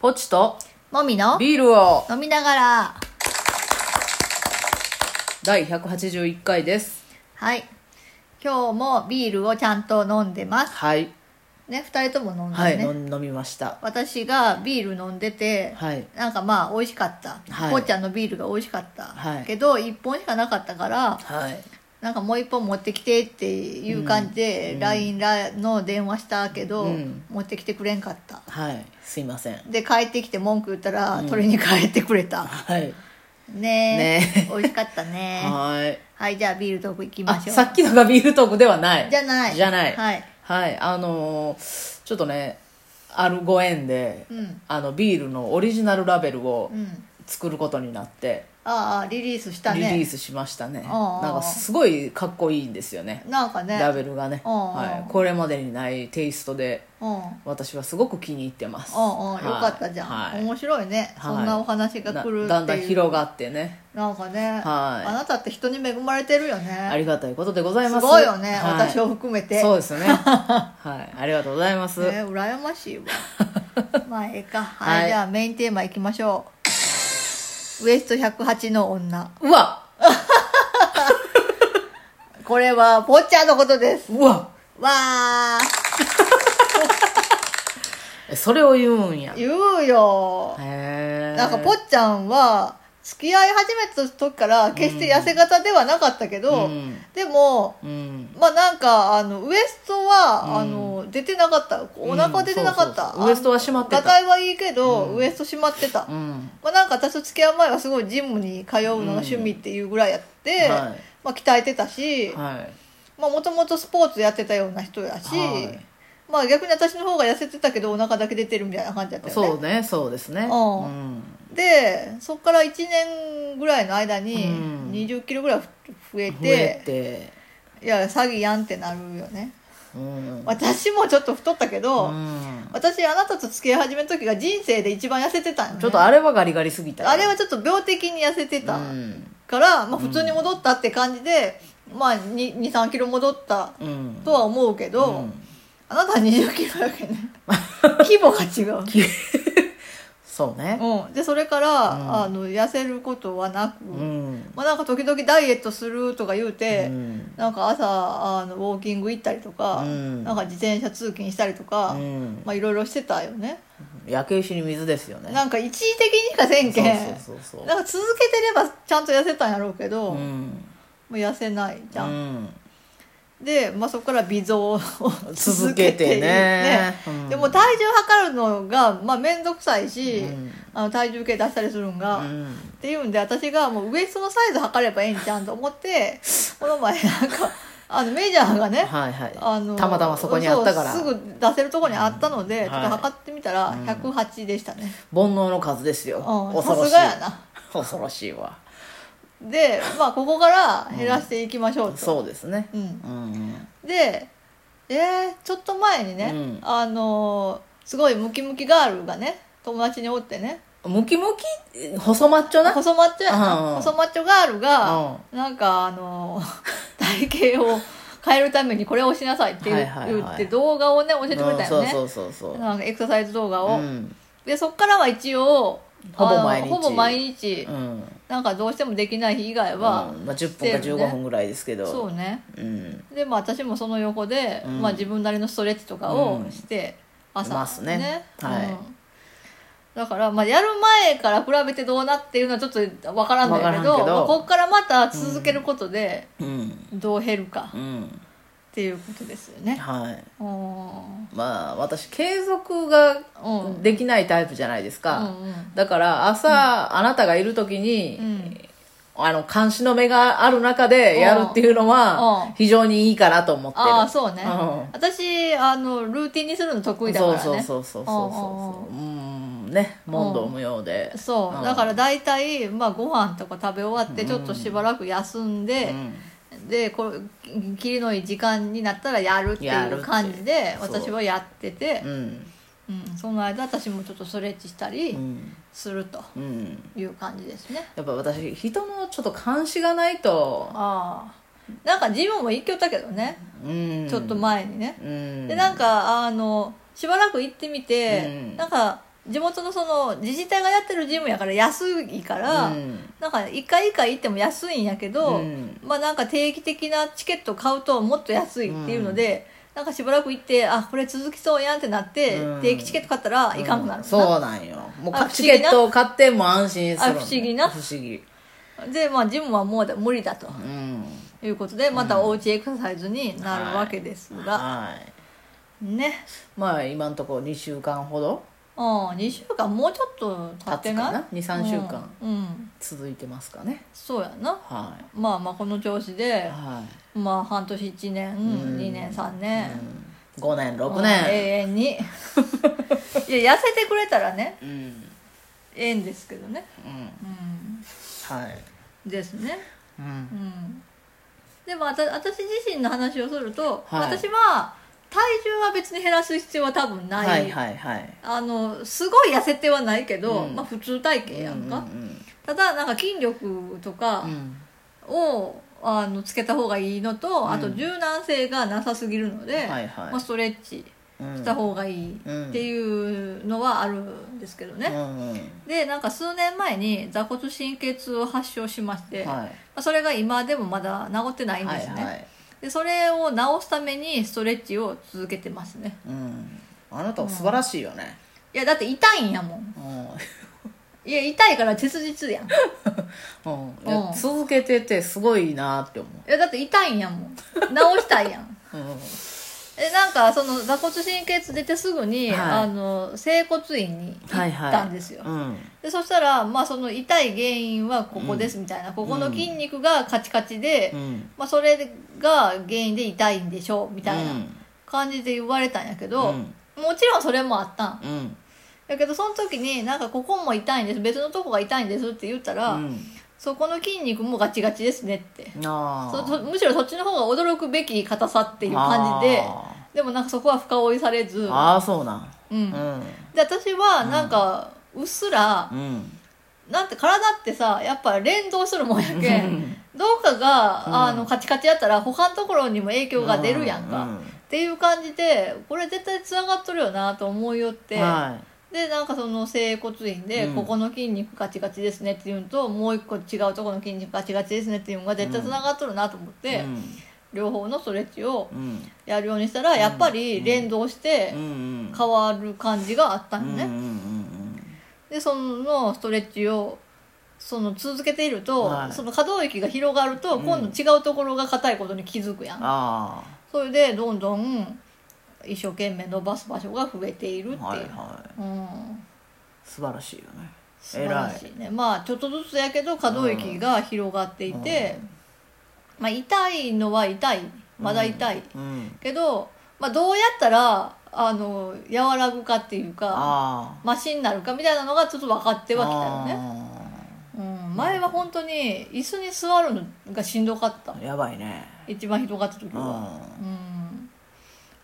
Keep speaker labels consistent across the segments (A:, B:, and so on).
A: ポチと
B: もみの
A: ビールを
B: 飲みながら
A: 第181回です
B: はい今日もビールをちゃんと飲んでます
A: はい
B: ね2人とも飲ん
A: は
B: で
A: い、
B: ね、
A: 飲ん飲みました
B: 私がビール飲んでて、
A: はい
B: なんかまあ美味しかった、
A: はい
B: こうちゃんのビールが美味しかった、
A: はい
B: けど1本しかなかったから
A: はい
B: なんかもう1本持ってきてっていう感じで LINE らの電話したけど、
A: うん
B: 持ってきてくれんかった
A: はいすいません
B: で帰ってきて文句言ったら、取りに帰ってくれた
A: はい
B: ねえ
A: ね
B: 美味しかった ね
A: はい
B: はいじゃあビールトーク行きま
A: あ
B: しょう
A: さっきのがビールトークではない
B: じゃない
A: じゃない
B: はい
A: はいあのーちょっとねあるご縁で、
B: うん
A: あのビールのオリジナルラベルを
B: うん
A: 作ることになって、
B: ああリリースした
A: リ
B: ね
A: リースしましたね
B: ああ
A: なんかすごいかっこいいんですよね
B: なんかね
A: ラベルがね、
B: ああ
A: はい、これまでにないテイストで
B: うんうんうんよ
A: 私はすごく気に入ってますはい
B: かったじゃん、
A: はい
B: 面白いね、
A: はい
B: そんなお話が
A: な
B: 来るっていう
A: だんだん広がってね
B: なんかね、
A: はい
B: あなたって人に恵まれてるよ
A: あ
B: ね
A: りがたいことでございます
B: すごいよね、
A: はい
B: 私を含めて
A: そう ですねはいありがとうございます、
B: ね羨 ましいわまあええかはい、
A: はい
B: じゃあメインテーマいきましょうウエスト108の女
A: うわ
B: これはポッチャーのことです
A: うわ
B: わあ
A: えそれを言うんやへ
B: 言うよ
A: え
B: なんかぽっちゃんは付き合い始めた時から決して痩せ型ではなかったけど、
A: うん
B: でも
A: うん
B: まあなんかあのウエストは、
A: うん
B: あの出てなかったお腹出てなかっ
A: う
B: た、
A: んそうそうそうウエストは締まってた
B: あのガタイはいいけど、ウエスト締まってた、
A: うん
B: まあなんか私と付き合う前はすごいジムに通うのが趣味っていうぐらいやって、
A: うんはい
B: まあ鍛えてたし、
A: はい
B: まあもともとスポーツやってたような人やし、
A: はい
B: まあ逆に私の方が痩せてたけどお腹だけ出てるみたいな感じだったよね
A: そうねそうですね
B: うん
A: うん
B: でそこから1年ぐらいの間に
A: うん
B: 2 0キロぐらいふ増え
A: 増え
B: て、
A: て
B: いや詐欺やんってなるよね
A: うん
B: 私もちょっと太ったけど、
A: うん
B: 私あなたと付き合い始めた時が人生で一番痩せてたんよ、ね、
A: ちょっとあれはガリガリすぎたよ
B: あれはちょっと病的に痩せてた
A: うん
B: から、まあ、普通に戻ったって感じで、まあ2 3 3キロ戻った
A: うん
B: とは思うけ
A: う
B: ど、
A: ん
B: あなたは2 0キロだけね 規模が違 う
A: そうね
B: うん、でそれから、あの痩せることはなく、
A: うん
B: まあ、なんか時々ダイエットするとか言うて、
A: うん
B: なんか朝あのウォーキング行ったりとか、
A: うん
B: なんか自転車通勤したりとか、
A: うん
B: まあいろいろしてたよね
A: 焼け石に水ですよね
B: なんか一時的にしかせんけん
A: そうそうそうそう
B: なんか続けてればちゃんと痩せたんやろうけど、
A: う
B: も
A: ん
B: う痩せないじゃ、
A: うんん
B: で、まあ、そこから微増を
A: 続けてねうん
B: でも体重測るのが、まあ、面倒くさいし、
A: うん
B: あの体重計出したりするん
A: う
B: が、
A: ん
B: っていうんで私がもうウエストのサイズ測ればええんちゃうんと思 ってこの前なんかあのメジャーがね
A: はいはい
B: あの
A: たまたまそこにあったから
B: そう
A: 煩
B: すぐ出せるとこにあったので、
A: うん
B: ちょっと測ってみたら108でしたね、
A: 悩の数ですよ
B: うん
A: 恐ろしい
B: さすがやな
A: 恐ろしいわ
B: でまあここから減らしていきましょうと、
A: そうですね
B: うん
A: うん
B: でえーちょっと前にね、
A: うん
B: あのーすごいムキムキガールがね友達におってね
A: ムキムキ細マッチョな
B: 細マッチョやな、
A: うん
B: 細マッチョガールが、なんかあ の体型を変えるためにこれをしなさいって言う
A: はいはいはい
B: 言って動画をね教えてくれたよ
A: うん
B: ね、
A: そうそうそうそう
B: なんかエクササイズ動画を、
A: うん
B: でそっからは一応
A: ほぼ
B: あの
A: 毎日
B: ほぼ毎日、
A: うん
B: なんかどうしてもできない日以外は、
A: うんまあ10
B: て
A: 分
B: る
A: か
B: ね
A: 15分ぐらいですけど
B: そうね
A: うん
B: でまあ私もその横で、
A: うん
B: まあ、自分なりのストレッチとかをして、朝
A: ますねはい
B: んだから、まあ、やる前から比べてどうなっていうのはちょっとわからんだけ
A: わからん
B: ど
A: けど
B: まあここからまた続けることで
A: うん
B: どう減るか
A: うん
B: っていうことですよね、
A: はい
B: うん
A: まあ私継続が
B: うん
A: できないタイプじゃないです
B: う
A: か、
B: んうん
A: だから朝、あなたがいる時に、
B: うん
A: あの監視の目がある中でやるっていうの
B: うん
A: は非常にいいかなと思ってる
B: ああそうね、
A: うん
B: 私あのルーティンにするの得意だから
A: そう
B: ね
A: そうそうそうそうそううんね問答無用で
B: そう
A: うん
B: だから大体、まあ、ご飯とか食べ終わってちょっとしばらく休んで、でこうきりのいい時間になったらやるって
A: やるって
B: い
A: いうう
B: 感じで
A: そう
B: 私はやってて
A: う、ん
B: うんその間私もちょっとストレッチした
A: う
B: り
A: ん
B: すると
A: うん
B: いう感じですね、
A: やっぱ私人のちょっと監視がないと、
B: ああなんかジムも行きよったけどね、
A: うん、
B: ちょっと前にね、
A: うん
B: でなんかあのしばらく行ってみて、
A: うん
B: なんか地元のその自治体がやってるジムやから安いから、
A: うん
B: なんか1回1回行っても安いんやけど、
A: うん
B: まあなんか定期的なチケット買うともっと安いっていうので、なんかしばらく行ってあこれ続きそうやんってなって、
A: うん
B: 定期チケット買ったらいかんくなるもんな
A: そうなんよもう
B: あ
A: チケットを買っても安心する
B: あ不思議な
A: 不思議
B: で、まあ、ジムはもうだ無理だと
A: うん
B: いうことでまたおうちエクササイズになるわけですが、
A: はい
B: ね
A: まあ今のところ2週間ほど
B: うん2週間もうちょっと経ってない
A: 経つかな23週間
B: うん、うん
A: 続いてますかね
B: そうやな
A: は
B: まあまあこの調子
A: い
B: で
A: は
B: まあ半年1年、2年3年
A: い、、うん、5年
B: う
A: 6
B: ん永
A: 年
B: 遠にいや痩せてくれたらね
A: うん、うん
B: ええんですけどねうん
A: はい、
B: ですね
A: うん
B: う、んでもあた私自身の話をすると、
A: はい
B: 私は体重は別に減らす必要は多分ない、
A: はいはいはい
B: あのすごい痩せてはないけど、
A: うん
B: まあ普通体型やんか、
A: うん
B: ただなんか筋力とか
A: うんうん
B: を、あのつけた方がいいのと、あと
A: うん
B: 柔軟性がなさすぎるので、
A: はいはい
B: まあ、ストレッチ
A: うん
B: した方がいいっていうのはあるんですけどね、
A: うんうん
B: でなんか数年前に座骨神経痛を発症しまして、ま
A: は
B: あそれが今でもまだ治ってないいんですね、
A: はいはい
B: でそれを治すためにストレッチを続けてますね
A: うん、あなたは素晴らしいよね、
B: いやだって痛いんやもん
A: うん
B: いや痛いから切実やんい
A: うんいや
B: うん
A: 続けててすごいなって思
B: やだって痛いんやもん治したいやん
A: う、うん
B: えなんかその座骨神経痛出てすぐに、
A: はい
B: あの整骨院に行
A: はいはい
B: ったんですよ、
A: うん、
B: でそしたら、まあ、その痛い原因はここですみたいな、ここの筋肉がカチカチで、
A: うん
B: まあ、それが原因で痛いんでしょうみたいな
A: うん
B: 感じで言われたんやけど、
A: うん
B: もちろんそれもあったん
A: うん
B: やけどその時になんかここも痛いんです別のとこが痛いんですって言ったら、
A: うん
B: そこの筋肉もガチガチですねって
A: あ
B: そそむしろそっちの方が驚くべき硬さっていう感じで
A: あ
B: でもなんかそこは深追いされず、
A: ーあーそうなん
B: うん、
A: うん
B: で私はなんかうっすら、
A: うん
B: なんて体ってさやっぱ連動するもんやけ
A: うん
B: どうかが、あのカチカチやったら他のところにも影響が出るやんか、
A: う
B: っ、ていう感じでこれ絶対つながっとるよなと思いよって、
A: は
B: でなんかその整骨院で、
A: うん
B: ここの筋肉ガチガチですねっていうのともう一個違うところの筋肉ガチガチですねっていうのが絶対つながっとるなと思っ
A: い
B: て、
A: うん
B: 両方のストレッチを
A: うん
B: やるようにしたら、やっぱり連動して
A: うんうん
B: 変わる感じがあった
A: うんん
B: よね、
A: うんうん
B: でそのストレッチをその続けていると、
A: はい
B: その可動域が広がると、
A: うん
B: 今度違うところが硬いことに気づくやん
A: ああ
B: それでどんどん一生懸命伸ばす場所が増えているっていう、
A: はいはい
B: うん、
A: 素晴らしいよね
B: 素晴らしいねまあちょっとずつやけど可動域が広がっていて、まあ、痛いのは痛いまだ痛い、
A: うん
B: けど、まあ、どうやったらあの和らぐかっていうか
A: あ
B: マシになるかみたいなのがちょっと分かっ
A: あ
B: てはきたよねうん、前は本当に椅子に座るのがしんどかった
A: あーやばいね
B: 一番ひどかった時
A: うん
B: は、うん、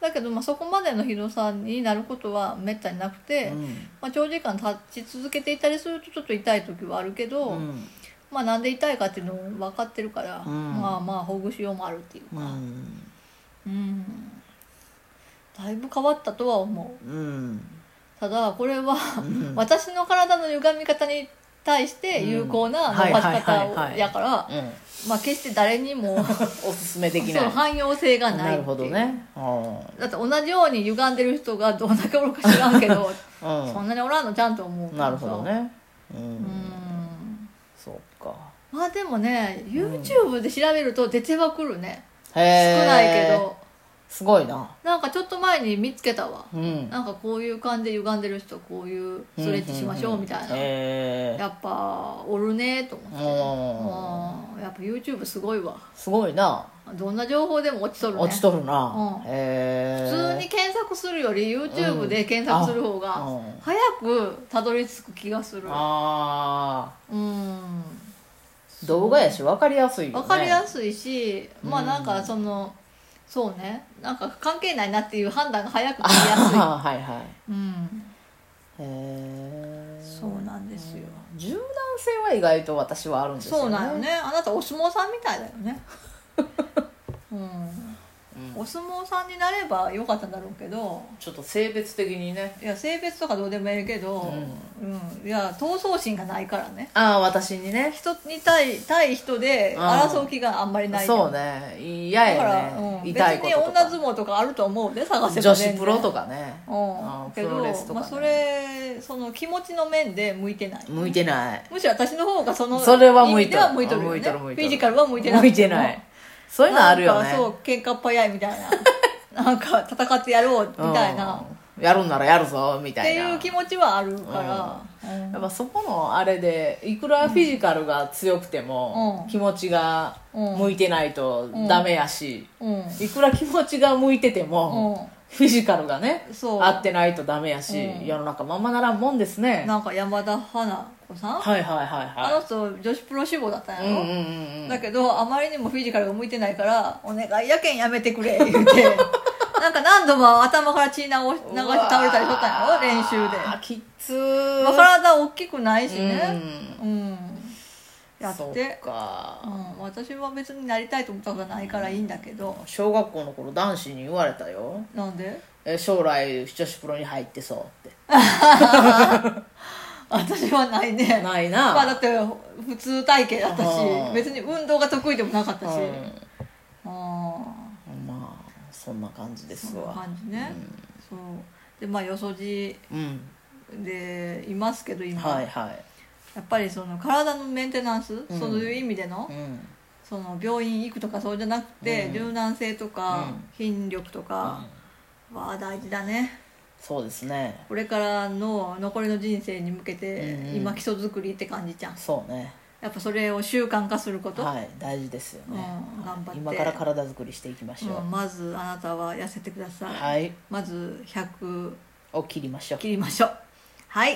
B: だけど、まあ、そこまでのひどさになることはめったになくて、
A: うん
B: まあ、長時間立ち続けていたりするとちょっと痛い時はあるけど、
A: うん
B: まあ、なんで痛いかっていうのも分かってるから、
A: うん
B: まあまあほぐしようもあるっていう
A: う
B: か、
A: ん
B: うん、だいぶ変わったとは思う
A: うん
B: ただこれは私の体の歪み方に対して有効な伸ば
A: う
B: し
A: んはいはいはい
B: 方
A: はい
B: やから
A: うん
B: まあ決して誰にも
A: おすすめでき
B: そ
A: な
B: の
A: い
B: 汎用性がない
A: な
B: ってい
A: る
B: う
A: ほどねう
B: だって同じように歪んでる人がどんだけおるか知らんけど
A: ん
B: そんなにおらんのちゃんと思う
A: う
B: か
A: ん
B: らさ
A: なるほどねう
B: うんん
A: そうか
B: まあでもね YouTube で調べると出てはくるね、
A: へ
B: 少
A: え
B: ないけど
A: すごいな
B: なんかちょっと前に見つけたわ
A: うん
B: なんかこういう感じで歪んでる人こういうストレッチしましょうみたいな、
A: へえ
B: やっぱおるねと思って
A: うん
B: うんやっぱ YouTube すごいわ
A: すごいな
B: どんな情報でも落ちとるね
A: 落ちとるな
B: うん
A: へえ
B: 普通に検索するより YouTube で検索する方が
A: うん
B: 早くたどり着く気がする
A: あ
B: う
A: あ
B: ん
A: 動画やし分かりやすいよね
B: 分かりや
A: す
B: すいしまあなんかそのそうねなんか関係ないなっていう判断が早くつき やすい
A: はいはい
B: うん
A: へえ
B: そうなんですよ
A: 柔軟性は意外と私はあるんですよね
B: そうなのねあなたお相撲さんみたいだよねうん
A: うん
B: お相撲さんになればよかったんだろうけど
A: ちょっと性別的にね
B: いや性別とかどうでもいいけど、うんいや闘争心がないからね
A: ああ私にね
B: 人に対対人で争う気があんまりない
A: そうね嫌
B: だか
A: や
B: ら、
A: ね、
B: うん、別
A: 痛いこ
B: に
A: ととか
B: 女相撲とかあると思うね探せ
A: 女
B: ば全
A: 子
B: 然
A: プロとかね
B: うん、け
A: プ
B: ど、
A: ロレスとか
B: ま
A: ね
B: あ、それその気持ちの面で向いてない
A: 向いてない
B: むしろ私の方がその
A: それは向い
B: 意味
A: て
B: で
A: る
B: は向いてるよ
A: 向
B: ね
A: いてる向いてる
B: フィジカルは向いてない
A: 向いてないそういうのあるよね
B: なんかそう喧嘩っ早いみたいな なんか戦ってやろうみたいな、っ
A: うんやるんならやるぞみた
B: て
A: いな
B: いう気持ちはあるから、うん
A: やっぱそこのあれでいくらフィジカルが強くても、
B: うん
A: 気持ちが向いてないとダメやし、
B: うん
A: いくら気持ちが向いてても、フィジカルがね
B: そう
A: 合ってないとダメやし、
B: うん
A: 世の中まんまならんもんですね
B: なんか山田花子さん、
A: はいはいはい
B: あ
A: は
B: の人女子プロ志望だったん
A: い
B: や
A: うん
B: ろ、
A: うんうんうん
B: だけどあまりにもフィジカルが向いてないから「お願いやけんやめてくれ」言う てなんか何度も頭から血流し流して倒れたりしとったんやろ練習で、
A: あきっつ
B: まあ、
A: ー
B: 体大きくないし
A: う
B: ね
A: ん
B: うん、やっ
A: そ
B: て
A: うか
B: う、ん、私は別になりたいと思ったことはないからいいんだけど
A: 小学校の頃男子に言われたよ
B: なんで
A: え将来女子プロに入ってそうって
B: 私はないね
A: ないな
B: まあだって普通体型だったし
A: うん
B: 別に運動が得意でもなかった
A: う
B: し、
A: ん
B: ああ
A: まあそんな感じです
B: そんな
A: わ
B: 感じね、そうでまあよそじ
A: うん
B: でいますけど今、
A: はいはい
B: やっぱりその体のメンテナンス、
A: ん
B: そういう意味での,、
A: うん
B: その病院行くとかそうじゃなくて、柔軟性とか、筋力とかは大事だね
A: そうですね
B: これからの残りの人生に向けて、
A: うんうん
B: 今基礎作りって感じじゃん
A: そうね
B: やっぱそれを習慣化すること、
A: はい大事ですよね、
B: うん頑張って
A: 今から体作りしていきましょう、
B: うんまずあなたは痩せてください、
A: はい
B: まず100
A: を切りましょう
B: 切りましょう